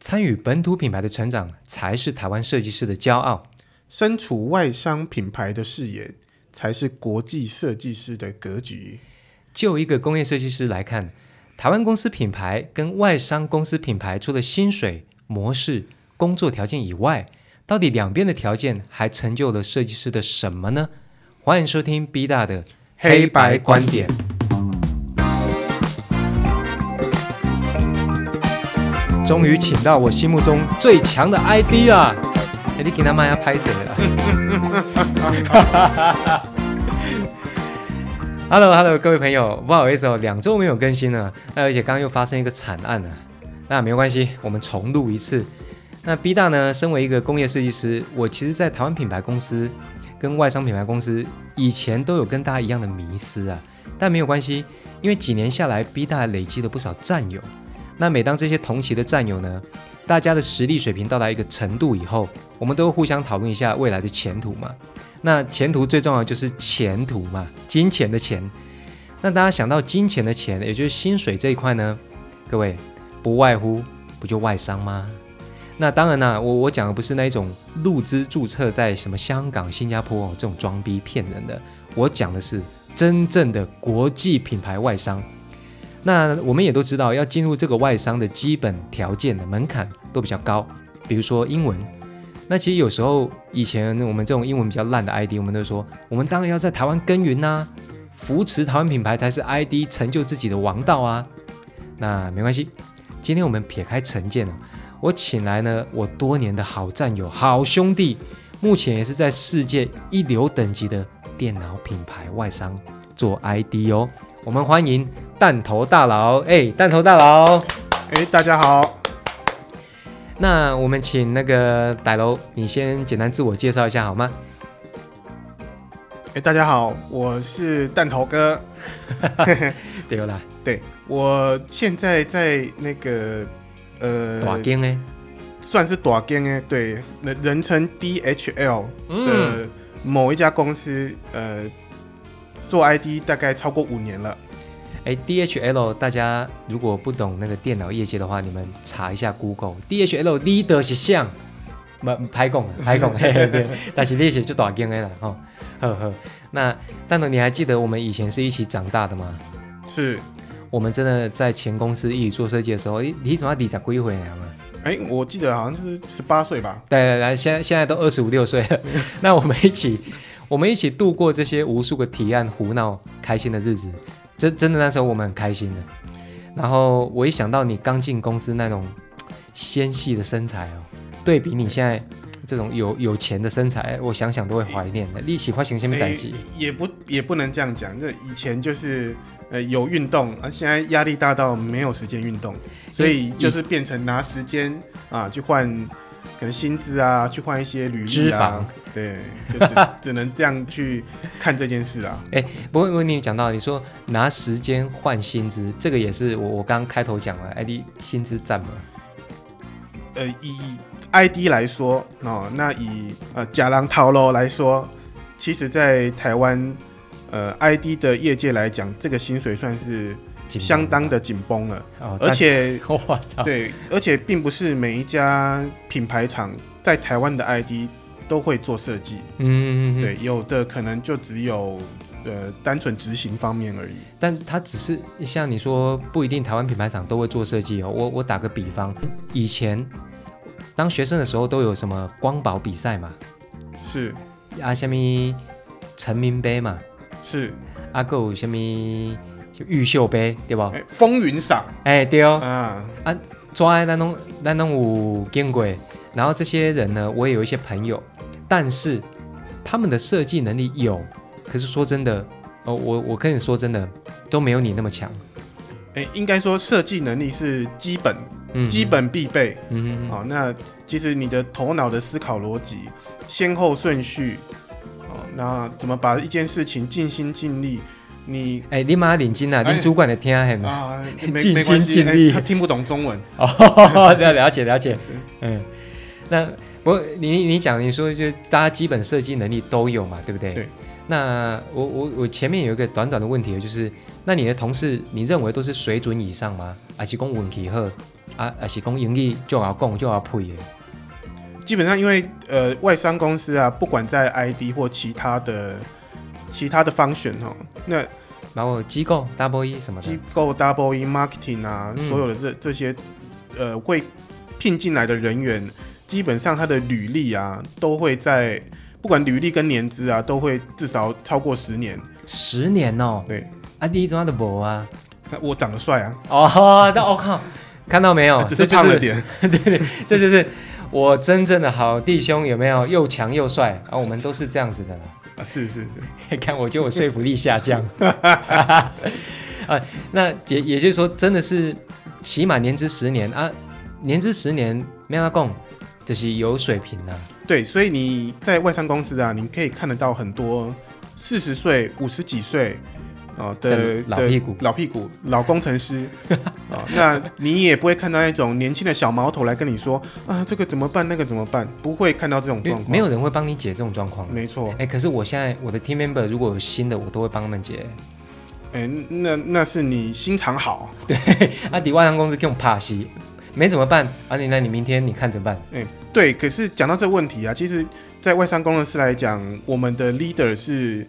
参与本土品牌的成长，才是台湾设计师的骄傲。身处外商品牌的视野，才是国际设计师的格局。就一个工业设计师来看，台湾公司品牌跟外商公司品牌，除了薪水、模式、工作条件以外，到底两边的条件还成就了设计师的什么呢？欢迎收听 B 大的黑白观点。终于请到我心目中最强的 ID 啊！哎，你给他妈要拍谁了？Hello Hello，各位朋友，不好意思哦，两周没有更新了。那而且刚刚又发生一个惨案啊，那没关系，我们重录一次。那 B 大呢，身为一个工业设计师，我其实，在台湾品牌公司跟外商品牌公司以前都有跟大家一样的迷思啊，但没有关系，因为几年下来，B 大累积了不少战友。那每当这些同期的战友呢，大家的实力水平到达一个程度以后，我们都会互相讨论一下未来的前途嘛。那前途最重要的就是前途嘛，金钱的钱。那大家想到金钱的钱，也就是薪水这一块呢，各位不外乎不就外商吗？那当然啦、我我讲的不是那一种入资注册在什么香港、新加坡、哦、这种装逼骗人的，我讲的是真正的国际品牌外商。那我们也都知道，要进入这个外商的基本条件的门槛都比较高，比如说英文。那其实有时候以前我们这种英文比较烂的 ID，我们都说，我们当然要在台湾耕耘呐、扶持台湾品牌才是 ID 成就自己的王道啊。那没关系，今天我们撇开成见了，啊我请来呢我多年的好战友、好兄弟，目前也是在世界一流等级的电脑品牌外商做 ID 哦。我们欢迎弹头大佬，哎、弹头大佬，哎，大家好，那我们请那个歹楼，你先简单自我介绍一下好吗？哎，大家好，我是弹头哥。对啦，对我现在在那个大呃，间哎，算是短 g 哎，对，人人称 DHL 嗯，的某一家公司，呃，做 ID 大概超过五年了。哎，DHL，大家如果不懂那个电脑业界的话，你们查一下 Google，DHL leader 是像，不排拱 排拱，嘿嘿对，但是你写就大间哎了哈，呵呵。那蛋头，你还记得我们以前是一起长大的吗？是，我们真的在前公司一起做设计的时候，你你总要抵十几回啊嘛？哎，我记得好像是十八岁吧。对对对，现在现在都二十五六岁 了，那我们一起，我们一起度过这些无数个提案、胡闹、开心的日子，真真的那时候我们很开心的。然后我一想到你刚进公司那种纤细的身材哦，对比你现在这种有有钱的身材，我想想都会怀念的。你喜欢型什么代诶际？也不也不能这样讲，这以前就是呃有运动，啊，现在压力大到没有时间运动，所以就是变成拿时间啊去换可能薪资啊，去换一些履历脂肪啊，对，就只只能这样去看这件事啊。 不过不过你讲到，你说拿时间换薪资，这个也是我我刚开头讲了，哎，你薪资占吗？呃，以 ID 来说哦，那以呃假狼逃楼来说，其实在台湾呃 ID 的业界来讲，这个薪水算是紧绷相当的紧绷了，哦，而且但哇嗯操，对，而且并不是每一家品牌厂在台湾的 ID 都会做设计，嗯，嗯嗯嗯对，有的可能就只有呃单纯执行方面而已。但它只是像你说，不一定台湾品牌厂都会做设计哦。我我打个比方，以前当学生的时候都有什么光宝比赛嘛，是啊，什么成名杯嘛，是，啊，还有什么玉秀杯，对不？哎、风云赏哎、对哦，啊，抓那弄那弄五见鬼。然后这些人呢，我也有一些朋友，但是他们的设计能力有，可是说真的，哦，我我跟你说真的，都没有你那么强。哎、应该说设计能力是基本、嗯，基，本必备。嗯嗯嗯好、那其实你的头脑的思考逻辑、先后顺序，哦，那怎么把一件事情尽心尽力， 你哎、你妈领巾啊，哎领主管的听很、吗？啊，没尽没心关系，尽哎力他听不懂中文。哦， 了了解 了解，嗯，那不过你你讲你说就大家基本设计能力都有嘛，对不对？对。那我我我前面有一个短短的问题，就是那你的同事，你认为都是水准以上吗？还是讲运气好？啊，还是讲盈利就要讲就要配的？基本上因为呃外商公司啊，不管在 ID 或其他的其他的方选哦，那然后机构 double E 什么的机，构 Double E Marketing 啊，嗯所有的这这些呃会聘进来的人员，基本上他的履历啊都会在。不管履历跟年资啊，都会至少超过十年。十年哦、对，啊，第一种都无 啊。那我长得帅啊，哦，那我、靠，看到没 有？只哦这是就胖了是点。 这就是我真正的好弟兄，有没有？又强又帅啊，我们都是这样子的啦。 啊是是是，看，我觉得我说服力下降。 啊，那也也就是说，真的是起码年资十年啊，年资十年，没他供，就是有水平呐、对，所以你在外商公司啊，你可以看得到很多四十岁、五十几岁哦、的的老屁股的老屁股、老工 程师啊、那你也不会看到那种年轻的小毛头来跟你说啊，这个怎么办，那个怎么办，不会看到这种因状为况。没有，人会帮你解这种状况。没错，哎、可是我现在我的 team member 如果有新的，我都会帮他们解。哎、那那是你心肠好，啊，底外商公司给我们怕西，没怎么办？啊，你那你明天你看着办。哎、对。可是讲到这个问题啊，其实，在外商公司来讲，我们的 leader 是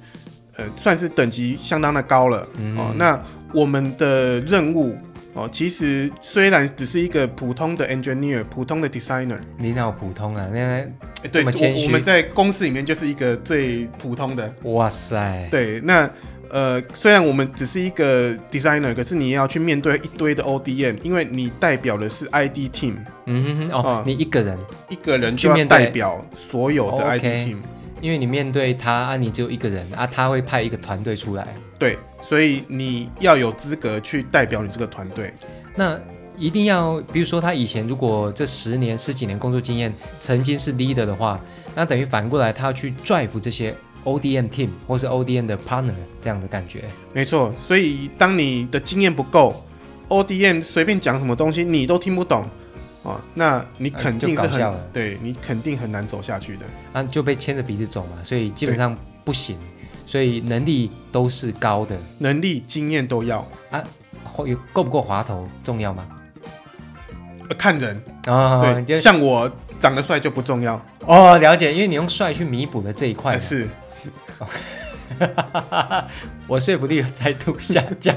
呃，算是等级相当的高了、嗯哦。那我们的任务哦，其实虽然只是一个普通的 engineer、普通的 designer，、你那好普通啊，那哎，对这么谦我虚我们在公司里面就是一个最普通的。哇塞，对，那呃，虽然我们只是一个 designer，可是你也要去面对一堆的 ODM，因为你代表的是 ID team，嗯哼哼，哦，啊你一个人，一个人去就要面对代表所有的哦 ID ，OK team。因为你面对他啊，你只有一个人啊，他会派一个团队出来。对，所以你要有资格去代表你这个团队。那一定要，比如说他以前如果这十年十几年工作经验曾经是 leader 的话，那等于反过来他要去 drive 这些 ODM team 或是 ODM 的 partner 这样的感觉。没错，所以当你的经验不够，ODM 随便讲什么东西你都听不懂哦，那你肯定是哎就搞很、笑了对你肯定很难走下去的。啊，就被牵着鼻子走嘛，所以基本上不行，所以能力都是高的，能力、经验都要、或有够不够滑头重要吗？呃看人。啊、你就对，像我长得帅就不重要，哦，了解，因为你用帅去弥补了这一块嘛，但是 我说服力再度下 降。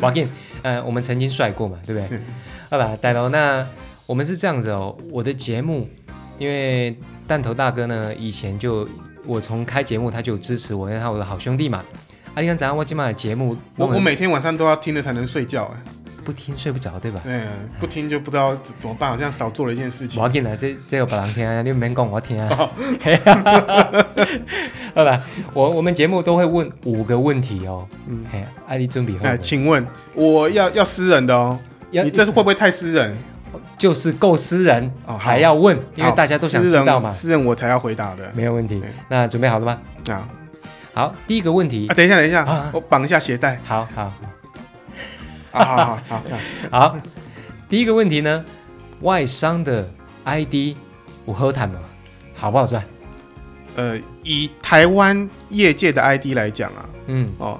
w a g i n 呃，我们曾经帅过嘛，对不对嗯？好吧，戴龙，那我们是这样子哦，我的节目，因为弹头大哥呢，以前就我从开节目他就有支持我，因为他我的好兄弟嘛。啊，你看咱我今晚的节目，我我们每天晚上都要听了才能睡觉。哎不听睡不着， 对吧？嗯，不听就不知道怎怎么办，好像少做了一件事情无。要紧啦，这这有别人听啊，你免讲我听啊。嘿哈哈哈 好吧，我我们节目都会问五个问题哦。嗯嗯，嘿，啊，你准备好哎，了？请问我要要私人的哦，要你这是会不会太私人？就是够私人哦好才要问，因为好大家都想知道嘛。私人我私人我才要回答的没有问题对，那准备好了吗？啊好，第一个问题啊！，等一下，等一下，啊我绑一下鞋带。好好啊，好好好， 好好，第一个问题呢，外商的 ID 我喝谈吗？好不好赚？呃，以台湾业界的 ID 来讲啊，嗯，哦，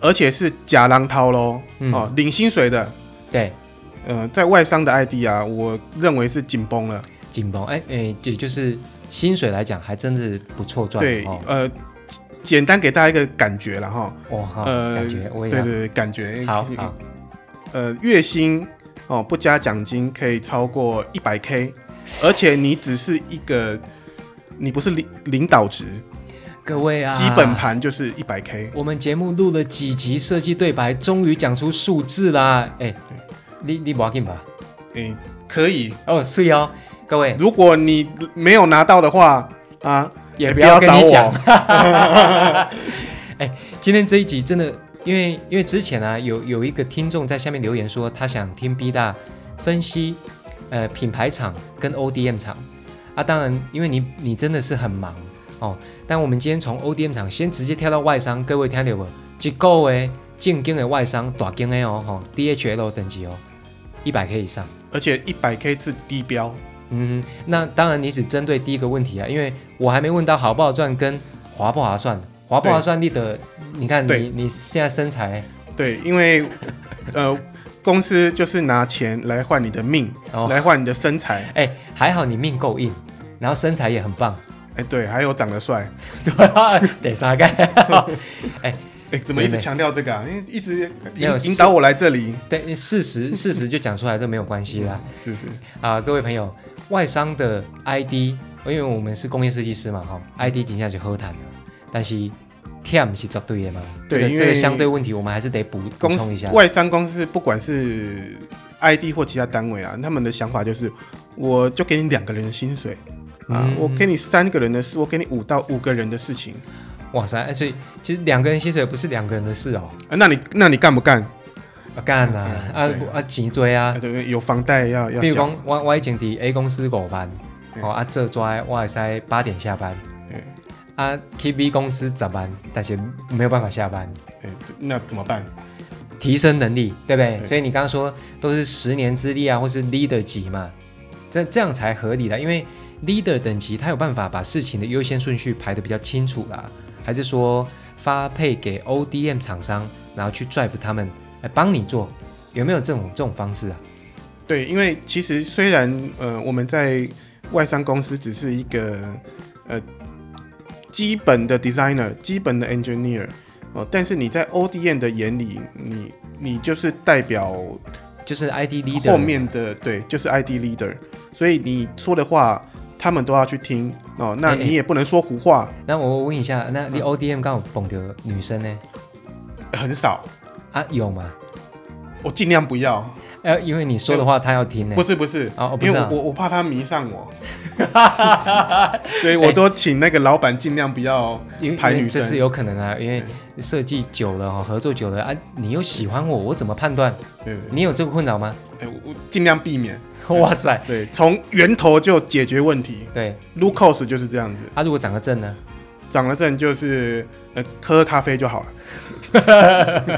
而且是假浪涛喽，嗯哦，领薪水的，对，呃，在外商的 ID 啊，我认为是紧绷了。紧绷，哎哎，也就是薪水来讲，还真是不错赚。对哦，呃，简简单给大家一个感觉了哈，我靠，呃，感觉我对也要对对，感觉好好，呃，月薪哦不加奖金可以超过一百 K，而且你只是一个，你不是领领导职，各位啊，基本。盘就是一百 K。我们节目录了几集设计对白，终于讲出数字啦！哎、你你不要紧吧？诶，可以。哦，是哦，各位如果你没有拿到的话啊，也不不要要跟你找讲我。 哎、今天这一集真的，因为因为之前啊，有有一个听众在下面留言说，他想听 B 大分析呃品牌厂跟 ODM 厂啊，当然，因为你你真的是很忙哦，但我们今天从 ODM 厂先直接跳到外商，各位听到不？机构的正经的外商，大经的哦，吼、DHL 等级哦，一百 K 以上。而且一百 K 是低标，嗯，那当然，你只针对第一个问题啊，因为我还没问到好不好赚跟划不划算，划不划算你的，你看对你你现在身材对，因为呃，公司就是拿钱来换你的命，哦来换你的身材。哎、还好你命够硬，然后身材也很棒， 哎，对，还有长得帅。对啊，得啥 干？哎，怎么一对直对强调这个啊？因为一直没有引引导我来这里。对，事实事实就讲出来，这没有关系啦。是是，啊、各位朋友，外商的 ID，因为我们是工业设计师嘛，哈，ID 仅下去喝谈的，但是 TM 是绝对的嘛，这对个因为这个相对问题，我们还是得补补公充一司下。外商公司不管是 ID 或其他单位啊，他们的想法就是，我就给你两个人的薪水啊，嗯我给你三个人的事，我给你五到五个人的事情。哇塞，哎所以其实两个人薪水不是两个人的事哦，啊，那你那你干不干？啊干呐，啊嗯对啊钱多啊啊，，对不对？有房贷要要比如缴讲。我我以前伫 A 公司五班，嗯哦啊这抓我会使八点下班，嗯啊去 B 公司值班，但是没有办法下班。哎，那怎么办？提升能力，对不对？对所以你刚刚说都是十年资历啊，或是 leader 级嘛，这这样才合理的，因为 leader 等级他有办法把事情的优先顺序排得比较清楚啦，还是说发配给 ODM 厂商，然后去 drive 他们来帮你做，有没有这种这种方式啊？对，因为其实虽然呃我们在外商公司只是一个呃基本的 designer、基本的 engineer 哦、但是你在 ODM 的眼里，你你就是代表就是 ID leader 后面的对，就是 ID leader，所以你说的话他们都要去听哦、那哎哎你也不能说胡话，那我问一下，那嗯你 ODM 刚好捧的女生呢？很少，啊，有吗？我尽量不要。呃，因为你说的话她要听呢不。是不是，哦哦不因是为啊我我我怕他迷上 我，所以我都请那个老板尽量不要。因为排因为女这生是有可能啊，因为设计久了哈，合作久了啊，你又喜欢我，我怎么判断？对对你有这个困扰吗？对，我我尽量避免。 哇塞，对，从源头就解决问题。对， l u c o s 就是这样子，啊，如果长个正 呢？长了症就是呃喝喝咖啡就好了。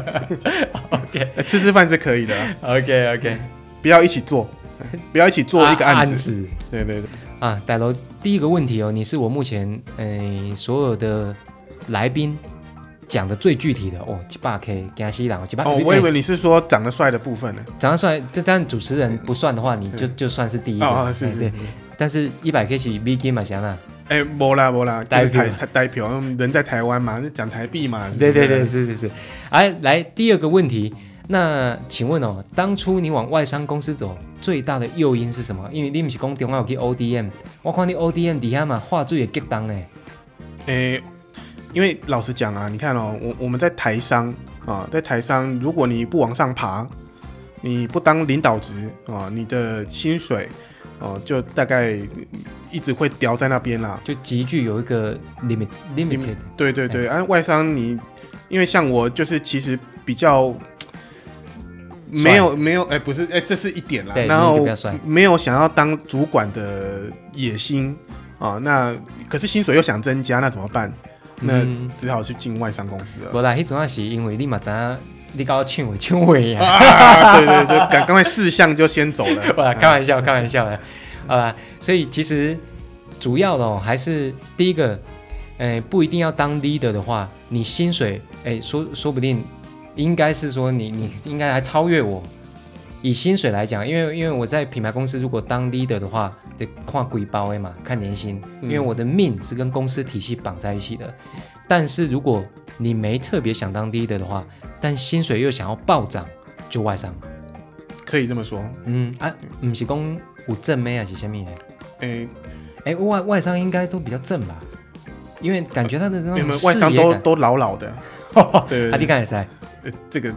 OK 呃吃吃饭是可以的啊， OK OK，不要一 起做，呃不要一起做一个案子。啊子对对对，啊，戴楼第一个问题哦，你是我目前诶、呃所有的来宾讲的最具体的哦，七八 K 加西朗，七八哦，我以为你是说长得帅的部分呢。长得帅，这当然主持人不算的话，你就就算是第一个，哦哦，是哎是 对是。，但是一百 K 起 V G 嘛，想啊，哎，没啦没啦，就是代台表台代表，因为人在台湾嘛，是讲台币嘛。是不对是对对，， 是是是。哎，来第二个问题，那请问哦，当初你往外商公司走，最大的诱因是什么？因为你不是讲中央有去 ODM，我看你 ODM 底下嘛，话最也激动诶。诶、因为老实讲啊，你看哦，我我们在台商啊，在台商，如果你不往上爬，你不当领导职啊，你的薪水哦、就大概一直会掉在那边啦。就极具有一个 limit limited，对对对，按、外商你，因为像我就是其实比较。帅没有没有，哎、不是，哎、这是一点啦。对然你就后比较帅没有想要当主管的野心啊、那可是薪水又想增加，那怎么办？那嗯只好去进外商公司 了。无啦，迄阵啊是因为你嘛知影你甲我抢话抢话呀，啊，对对对，赶赶快四项就先走 。了我啦，开玩笑，开玩笑的，好吧。所以其实主要的、哦、还是第一个，哎，不一定要当 leader 的话，你薪水，哎，说说不定应该是说你你应该还超越我。以薪水来讲，因为因为我在品牌公司如果当 leader 的话，得看鬼包哎嘛，看年薪，因为我的命是跟公司体系绑在一起的。但是如果你没特别想当 leader 的话，但薪水又想要暴涨，就外商。可以这么说，嗯啊，唔是讲有正妹啊，是虾米的？诶、哎、外外商应该都比较正吧？因为感觉他的那你种们外商视野都感，啊都老老的， 对阿对弟对，干也塞，呃这个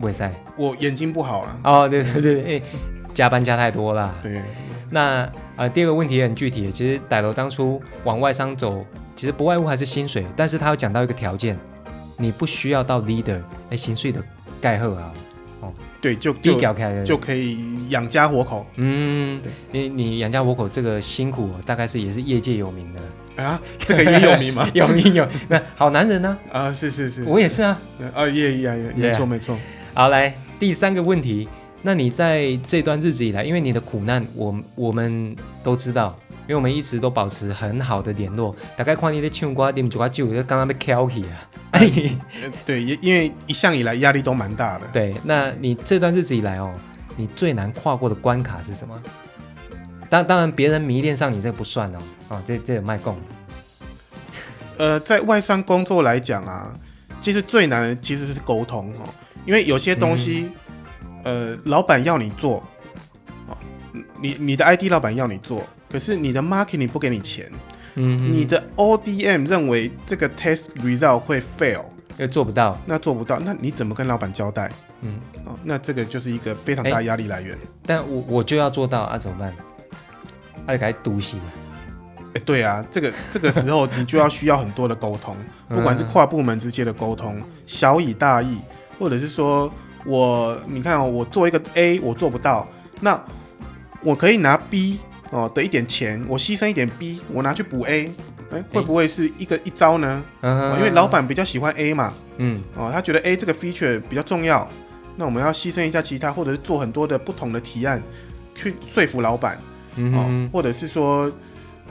我也塞。我眼睛不好了。哦，对对对，哎、加班加太多啦。对，那呃，第二个问题也很具体，其实歹楼当初往外商走，其实不外乎还是薪水，但是他有讲到一个条件，你不需要到 leader，哎、薪水的盖后啊，对，就低就调开的。就可以养家活口嗯你对，你养家活口这个辛苦哦，大概是也是业界有名的，？啊，这个也有名吗 有名有，那好男人呢、啊，是是是，我也是啊。啊，也也也，没错没错，好，来第三个问题，那你在这段日子以来，因为你的苦难，我我们都知道，因为我们一直都保持很好的联络。大概看你在唱歌、啉一寡酒，就刚刚被 k 起啊。哎，呃对，因因为一向以来压力都蛮大的。对，那你这段日子以来哦，你最难跨过的关卡是什么？当当然，别人迷恋上你这不算哦，啊，这这也卖供。呃，在外商工作来讲啊，其实最难的其实是沟通哦，因为有些东西，嗯呃，老板要你做，哦，你你的 ID 老板要你做，可是你的 marketing 不给你钱，嗯，你的 ODM 认为这个 test result 会 fail，又做不到，那做不到，那你怎么跟老板交代？嗯，哎哦，那这个就是一个非常大的压力来源。但我我就要做到啊，怎么办？啊，该毒死啊！哎，对啊，这个这个时候你就要需要很多的沟通，嗯不管是跨部门之间的沟通，小以大义，或者是说我你看、哦、我做一个 A 我做不到，那我可以拿 B 哦的一点钱，我牺牲一点 B，我拿去补 A，哎，会不会是一个一招呢？哦嗯，因为老板比较喜欢 A 嘛，嗯哦，他觉得 A 这个 feature 比较重要，那我们要牺牲一下其他，或者是做很多的不同的提案去说服老板。嗯哦哼，或者是说，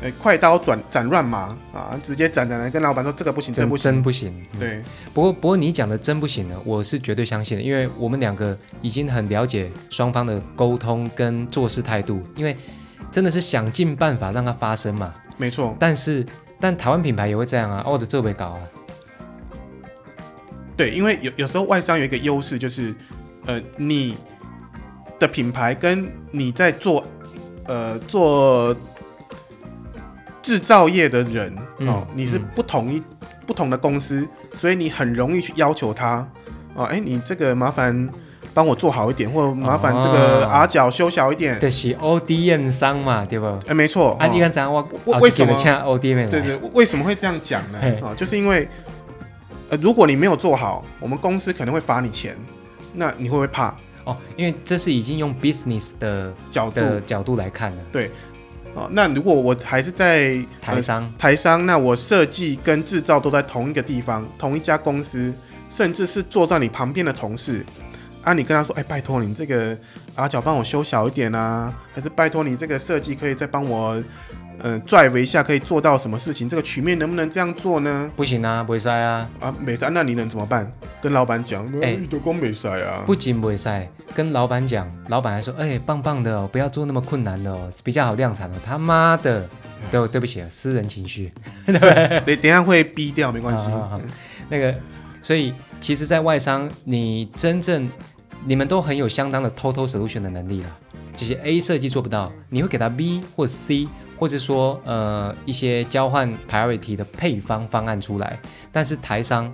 呃，快刀斩斩乱麻啊，直接斩斩斩，跟老板说这个不行，这个真不行，真不行。嗯对，不过不过你讲的真不行呢，我是绝对相信的，因为我们两个已经很了解双方的沟通跟做事态度，因为真的是想尽办法让它发生嘛。没错，但是但台湾品牌也会这样啊，哦我的这被搞啊，对，因为有有时候外商有一个优势就是，呃，你的品牌跟你在做，呃，做制造业的人、嗯哦，你是嗯不同一、不同的公司，所以你很容易去要求他，哦，哎，你这个麻烦。帮我做好一点，或麻烦这个哦 R 角修小一点。哎、这是 ODM 商嘛，对不？没错。啊，哦你看咱我为为什么请 ODM 来？对对，为什么会这样讲呢嘿？啊，就是因为，呃，如果你没有做好，我们公司可能会罚你钱，那你会不会怕？哦，因为这是已经用 business 的角度的角度来看了，哦，那如果我还是在台商。呃台商，那我设计跟制造都在同一个地方，同一家公司，甚至是坐在你旁边的同事。啊，你跟他说，哎，拜托你这个阿角帮我修小一点啊，还是拜托你这个设计可以再帮我，呃，drive 一下，可以做到什么事情？这个曲面能不能这样做呢？不行啊，不会塞啊，啊，美塞，那你能怎么办？跟老板讲，哎哎、欸，都光美塞啊。不仅不会塞，跟老板讲，老板还说，哎、棒棒的哦，不要做那么困难的哦，比较好量产哦。他妈的，对，对不起，私人情绪。哎等等一下会逼掉，没关系。嗯好好好那个，所以其实，在外商，你真正你们都很有相当的 total solution 的能力了。就是 A 设计做不到，你会给他 B 或 C，或者说呃一些交换 priority 的配方方案出来。但是台商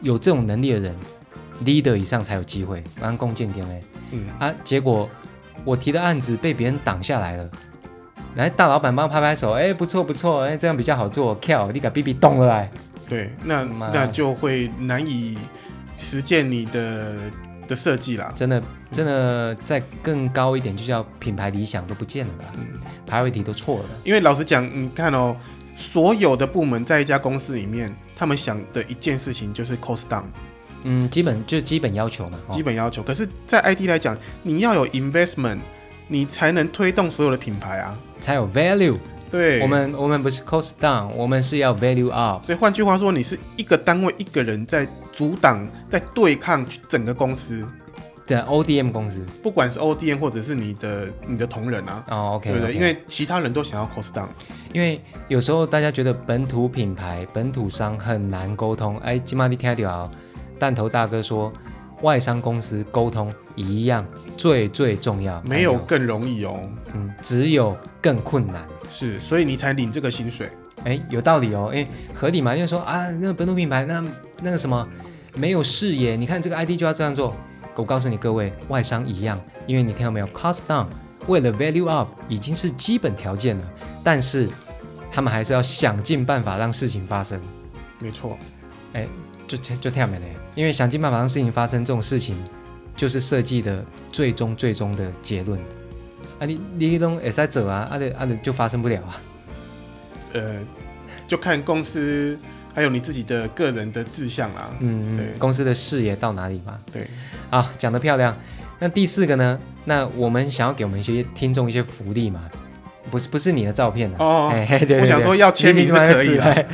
有这种能力的人，leader 以上才有机会，然后共建 DNA 嗯，啊。结果我提的案子被别人挡下来了。来，大老板帮我拍拍手，哎，不错不错，哎，这样比较好做。跳，你给 B B 动了来，对，那妈那就会难以实践你的的设计啦。真的，真的再更高一点，就叫品牌理想都不见了啦，嗯排位题都错了。因为老实讲，你看哦，所有的部门在一家公司里面，他们想的一件事情就是 cost down，、嗯，基本就基本要求嘛。哦基、本要求。可是，在 ID 来讲，你要有 investment，你才能推动所有的品牌啊。才有 value。对，我们我们不是 cost down，我们是要 value up。所以换句话说，你是一个单位一个人在阻挡、在对抗整个公司，的 ODM 公司不管是 ODM 或者是你的你的同仁啊，哦，OK，对不对 OK 因为其他人都想要 cost down，因为有时候大家觉得本土品牌、本土商很难沟通，哎，今嘛你听到啊，弹头大哥说，外商公司沟通一样最最重要，没有，更容易哦。嗯，只有更困难。是，所以你才领这个薪水。哎，有道理哦，哎，合理嘛？因为说啊，那个本土品牌，那那个什么，没有视野，你看这个 ID 就要这样做。我告诉你各位，外商一样，因为你听到没有，cost down 为了 value up 已经是基本条件了，但是他们还是要想尽办法让事情发生，没错，就就跳没了。因为想尽办法让事情发生这种事情，就是设计的最终最终的结论。啊你，你你拢会使走啊，啊你啊你就发生不了啊。呃，就看公司还有你自己的个人的志向啦。嗯，对嗯公司的视野到哪里嘛？对，好，啊讲得漂亮。那第四个呢？那我们想要给我们一些听众一些福利嘛？不是不是你的照片啊。哦哎，嘿对对我想说要签名是可以啊的。的。啊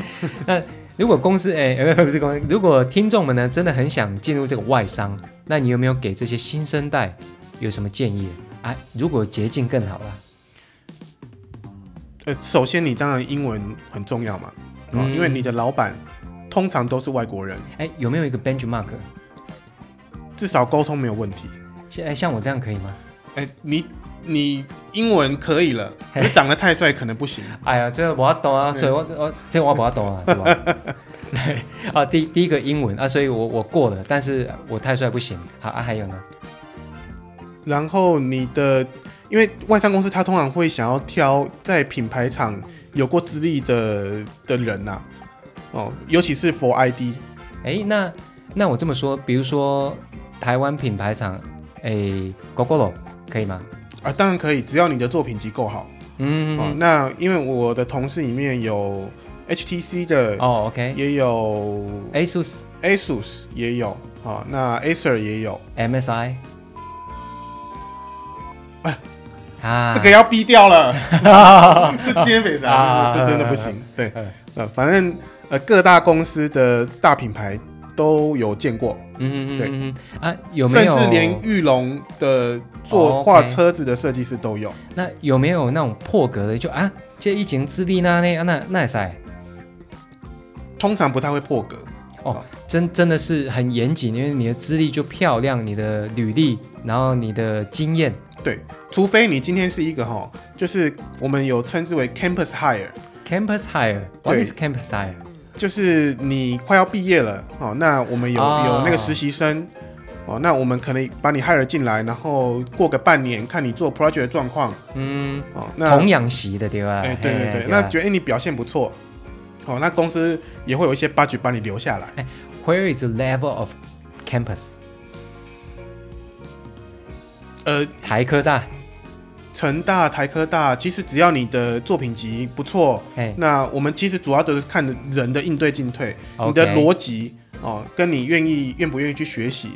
那如果公司哎、呃不是公司，如果听众们呢真的很想进入这个外商，那你有没有给这些新生代有什么建议啊？如果捷径更好啦，呃，首先你当然英文很重要嘛，哦嗯因为你的老板通常都是外国人，哎、有没有一个 benchmark？至少沟通没有问题。像、哎像我这样可以吗？哎、你你英文可以了，你长得太帅可能不行。哎呀，这我懂啊，嗯所以我我这我不懂啊， 对吧？对啊，第第一个英文啊，所以我我过了，但是我太帅不行。好啊，还有呢？然后你的，因为外商公司他通常会想要挑在品牌厂有过资历的的人呐、哦，尤其是 for ID，哎，那那我这么说，比如说台湾品牌厂，哎 g o g o l o 可以吗？啊，当然可以，只要你的作品集够好。嗯，哦，那因为我的同事里面有 HTC 的，哦，OK，ASUS、也有 a s u s ASUS 也有，哦，那 Acer 也有， MSI，啊，哎这个要逼 掉了，个这今天北啥，啊这真的不行。对嗯，呃，反正呃各大公司的大品牌都有见过，嗯嗯对嗯嗯啊，有没甚有？至连玉龙的哦做，OK 画车子的设计师都有。那有没有那种破格的？就啊，这疫情自立呢，那那那也啊塞，通常不太会破格，真真的是很严谨，因为你的资历就漂亮，你的履历，然后你的经验，除非你今天是一个哈，就是我们有称之为 campus hire， Campus hire。What 对 is campus hire？就是你快要毕业了哦，那我们有、哦有那个实习生哦，那我们可能把你 hire 进来，然后过个半年看你做 project 的状况嗯，哦，那童养媳的对啊吧？哎、对对嘿吧对，那觉得哎你表现不错，哦，那公司也会有一些 budget 把你留下来。 Where is the level of campus？呃，台科大，成大、台科大，其实只要你的作品集不错，哎，那我们其实主要就是看人的应对进退，你 OK 的逻辑哦，跟你愿意愿不愿意去学习，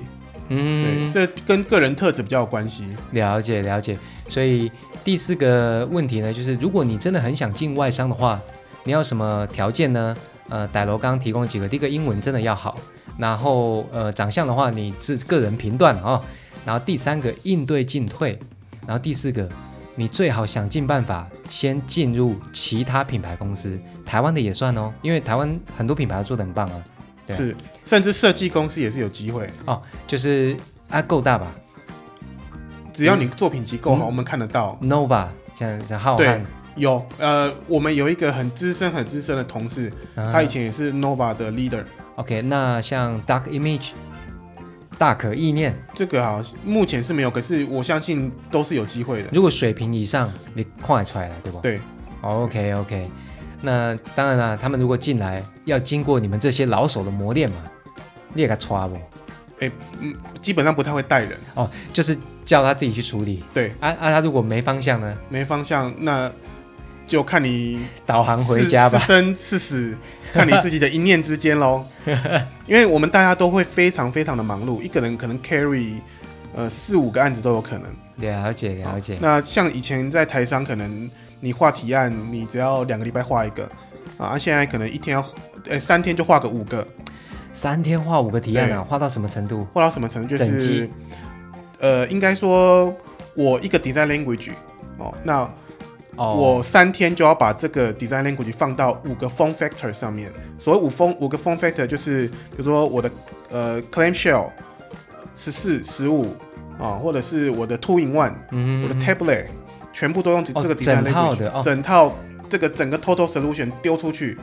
对，嗯，这跟个人特质比较有关系。了解了解。所以第四个问题呢，就是如果你真的很想进外商的话，你要什么条件呢？呃，歹楼刚提供几个，第一个英文真的要好，然后呃，长相的话你自个人评断啊、哦，然后第三个应对进退，然后第四个你最好想尽办法先进入其他品牌公司，台湾的也算哦，因为台湾很多品牌都做得很棒啊，对啊是，甚至设计公司也是有机会，就是啊够大吧只要你作品集够嗯好，我们看得到。 ，Nova 像像浩瀚对，有，呃，我们有一个很资深、很资深的同事，啊他以前也是 Nova 的 leader。 OK，那像 Dark Image、大可意念，这个好像目前是没有，可是我相信都是有机会的。如果水平以上，你看得出来了，对不？对。 OK OK，那当然啦，他们如果进来，要经过你们这些老手的磨练嘛，你也给他抓不？基本上不太会带人，哦，就是叫他自己去处理。对，啊啊，他如果没方向呢，没方向，那就看你导航是回家吧是。生是死，看你自己的一念之 间喽。因为我们大家都会非常非常的忙碌，一个人可能 carry 呃四五个案子都有可能。了解了解，那像以前在台商，可能你画提案，你只要两个礼拜画一个啊，现在可能一天要呃三天就画个五个，三天画五个提案对啊，画到什么程度？画到什么程度就整是机呃，应该说我一个 design language 哦，那哦，我三天就要把这个 design language 放到五个 form factor 上面。所谓五 form 五个 form factor 就是，比如说我的呃 clamshell 十四、十五啊，或者是我的 two in one，、嗯我的 tablet，全部都用这哦这个 design 整 language，套的哦整套这个整个 total solution 丢出去。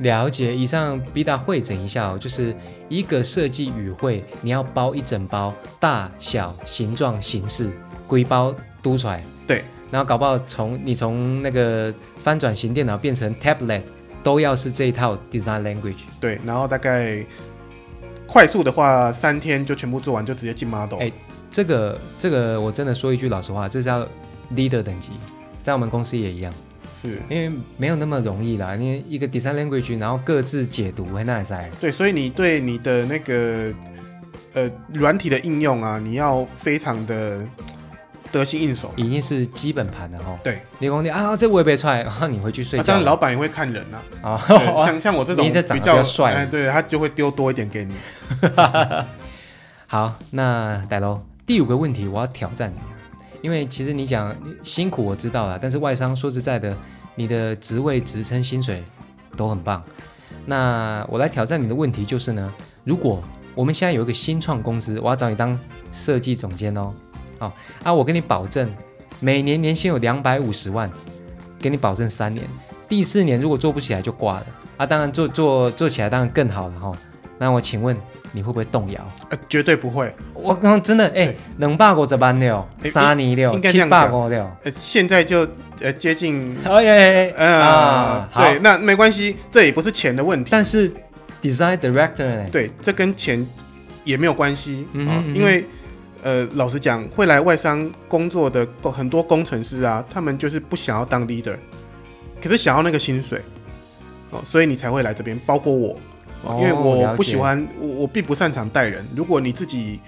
了解，以上 B 大会诊一下哦，就是一个设计语汇，你要包一整包，大小、形状、形式，归包嘟出来。对，然后搞不好从你从那个翻转型电脑变成 tablet，都要是这一套 design language。对，然后大概快速的话，三天就全部做完，就直接进 model。哎这个这个，我真的说一句老实话，这是要 leader 等级，在我们公司也一样，是。因为没有那么容易啦。因为一个 design language，然后各自解读，那也塞。对，所以你对你的那个呃软体的应用啊，你要非常的得心应手。已经是基本盘了哦哈。对，你讲你啊，这我也别出来， 然后你回去睡那觉当然了。老板也会 看人啊，啊， 对像像我这种你这长得比较比较帅哎，对他就会丢多一点给你。好，那歹楼第五个问题，我要挑战你，啊因为其实你讲你辛苦我知道了，但是外商说实在的，你的职位、职称、薪水都很棒。那我来挑战你的问题就是呢，如果我们现在有一个新创公司，我要找你当设计总监哦，好、啊，我跟你保证，每年年薪有两百五十万，给你保证三年，第四年如果做不起来就挂了啊，当然做做做起来当然更好了哈、哦那我请问你会不会动摇？呃，绝对不会。我刚刚真的哎对，两百五十万了，哎三年了，应该这七样百讲五了，呃，现在就呃接近，哎哎哎呃，啊，好。对，那没关系，这也不是钱的问题。但是 design director 呢？对，这跟钱也没有关系嗯啊哼嗯，哼因为呃，老实讲，会来外商工作的工很多工程师啊，他们就是不想要当 leader，可是想要那个薪水哦，所以你才会来这边，包括我，哦因为我了不解喜欢，我我并不擅长带人。如果你自己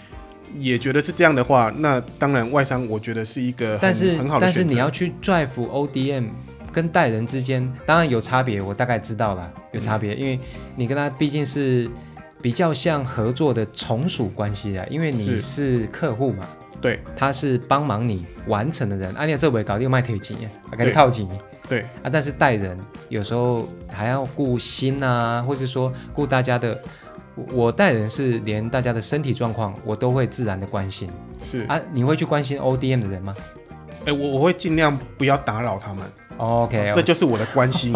也觉得是这样的话，那当然外商我觉得是一个很但是很好的但是选你择要。去 drive ODM 跟带人之间，当然有差别，我大概知道嗯了有差别，因为你跟他毕竟是比较像合作的从属关系啊，因为你是是客户嘛，对他是帮忙你完成的人，啊，你这尾搞定卖铁钱，啊，跟你对套钱。对，啊，但是带人有时候还要顾心啊，或是说顾大家的。我我带人是连大家的身体状况，我都会自然的关心是，哎、啊。你会去关心 ODM 的人吗我我会尽量不要打扰他们，哦哦？OK，这就是我的关 心。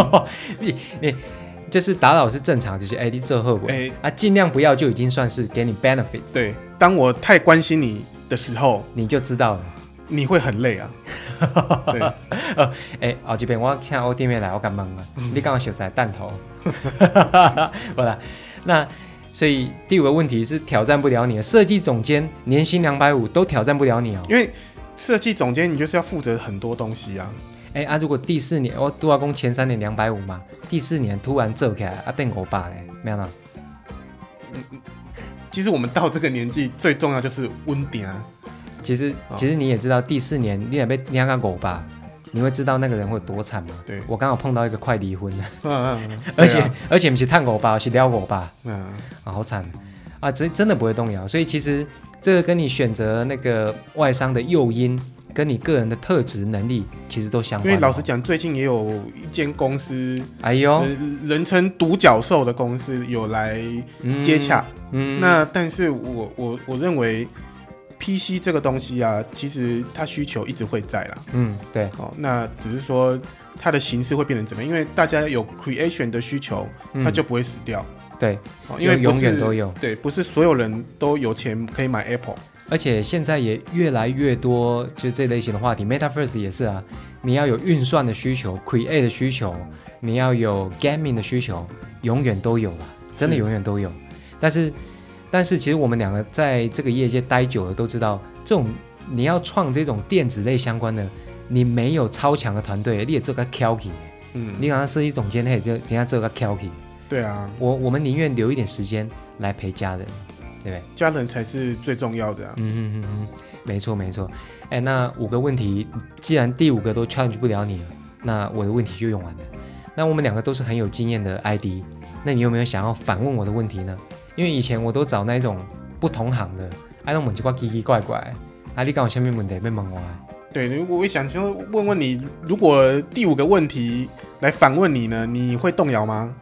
就是打扰是正常，就是哎，你这后果、哎啊，尽量不要就已经算是给你 benefit，对，当我太关心你的时候，你就知道了。你会很累啊。对，哎，后这边我请 ODM 来，我敢问啊，你刚刚写在弹头， 好啦，那所以第五个问题是挑战不了你的设计总监年薪两百五都挑战不了你哦。因为设计总监你就是要负责很多东西啊。哎、啊，如果第四年我杜阿公前三年两百五嘛，第四年突然做起来啊变五百嘞，没有呢？其实我们到这个年纪，最重要就是温点啊。其实哦其实你也知道，第四年你也被捏个五百，你会知道那个人会有多惨吗？ 对我刚好碰到一个快离婚的，嗯嗯嗯， 而且、对啊而且不是探五百，是撩五百啊，嗯，好惨啊！所以真的不会动摇。所以其实这个跟你选择那个外商的诱因，跟你个人的特质能力其实都相因关哦。为老实讲，最近也有一间公司，哎呦呃，人称独角兽的公司有来嗯接洽。嗯那但是我我我认为 PC 这个东西啊，其实它需求一直会在啦。嗯对，哦，那只是说它的形式会变成怎么样？因为大家有 creation 的需求，嗯它就不会死掉。对，哦，因为永不永是远都有。对，不是所有人都有钱可以买 Apple。而且现在也越来越多，就是这类型的话题，Metaverse 也是啊。你要有运算的需求，Create 的需求，你要有 Gaming 的需求，永远都有了，啊真的是永远都有。但是，但是其实我们两个在这个业界待久了，都知道这种你要创这种电子类相关的，你没有超强的团队，你也做个 k a l k y 嗯，你好像设计总监，那也就人家做个 k a l k y 对啊，我我们宁愿留一点时间来陪家人，对不对？家人才是最重要的啊。嗯嗯嗯嗯，没错没错。哎，那五个问题，既然第五个都 challenge 不了你了，那我的问题就用完了。那我们两个都是很有经验的 ID，那你有没有想要反问我的问题呢？因为以前我都找那一种不同行的，哎、啊，那我们就怪奇奇怪怪的，啊，你讲我下面问题被问我啊，对，如果我想先问问你，如果第五个问题来反问你呢，你会动摇吗？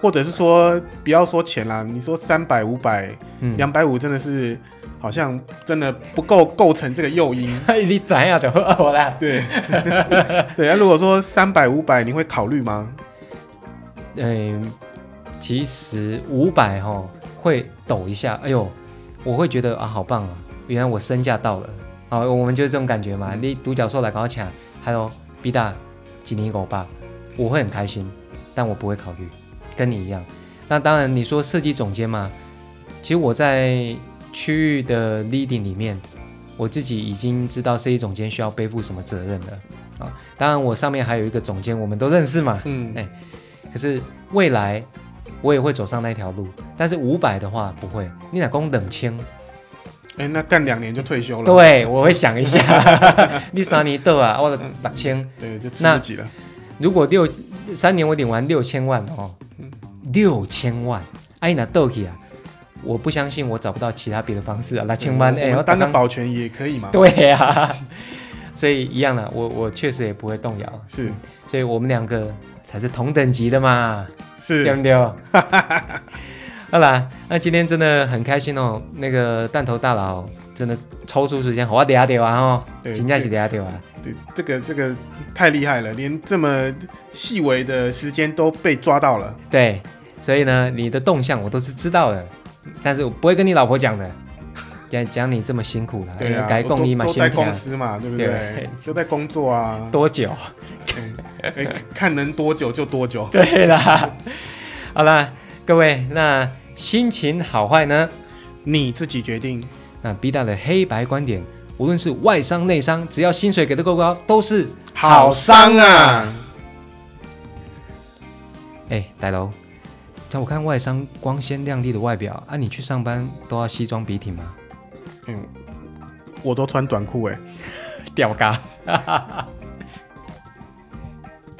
或者是说，不要说钱啦，你说三百、五百、嗯，两百五，真的是好像真的不够构成这个诱因。 你怎样的啊我啦？对， 对。那如果说三百、五百，你会考虑吗？嗯、其实五百哈会抖一下，哎呦，我会觉得啊好棒啊，原来我身价到了，啊，我们就是这种感觉嘛。你独角兽来搞抢，还有 B 大吉尼狗吧，我会很开心，但我不会考虑，跟你一样。那当然，你说设计总监嘛，其实我在区域的 leading 里面，我自己已经知道设计总监需要背负什么责任了啊。当然，我上面还有一个总监，我们都认识嘛，嗯哎，可是未来我也会走上那条路，但是五百的话不会。你老公冷清，哎、那干两年就退休了，对，我会想一下， 你三年豆啊，我的六千，对，就吃那自己了。如果六三年我领完六千万哦，嗯六千万，哎、啊，那豆去啊，我不相信我找不到其他别的方式啊，六千万，我哎、嗯我我们当个刚保全也可以嘛。对呀、啊， 所以一样的，我我确实也不会动摇，嗯是所以我们两个才是同等级的嘛，对是，不对？ 好啦，那今天真的很开心哦，那个弹头大佬真的抽出时间，好啊，嗲嗲啊哦，对真正是嗲嗲啊，对，这个这个太厉害了，连这么细微的时间都被抓到了。对，所以呢，你的动向我都是知道的，但是我不会跟你老婆讲的，讲讲你这么辛苦了，对啊，该我供一嘛，都都辛在苦公司嘛，对不对对？ 都在工作啊，多久？哎，看能多久就多久。对啦，好啦，各位，那心情好坏呢？你自己决定。那 B 大的黑白观点，无论是外商内商，只要薪水给的够高，都是好伤啊！哎，大楼。在我看外商光鲜亮丽的外表啊，你去上班都要西装笔挺吗？哎嗯，我都穿短裤哎、吊嘎。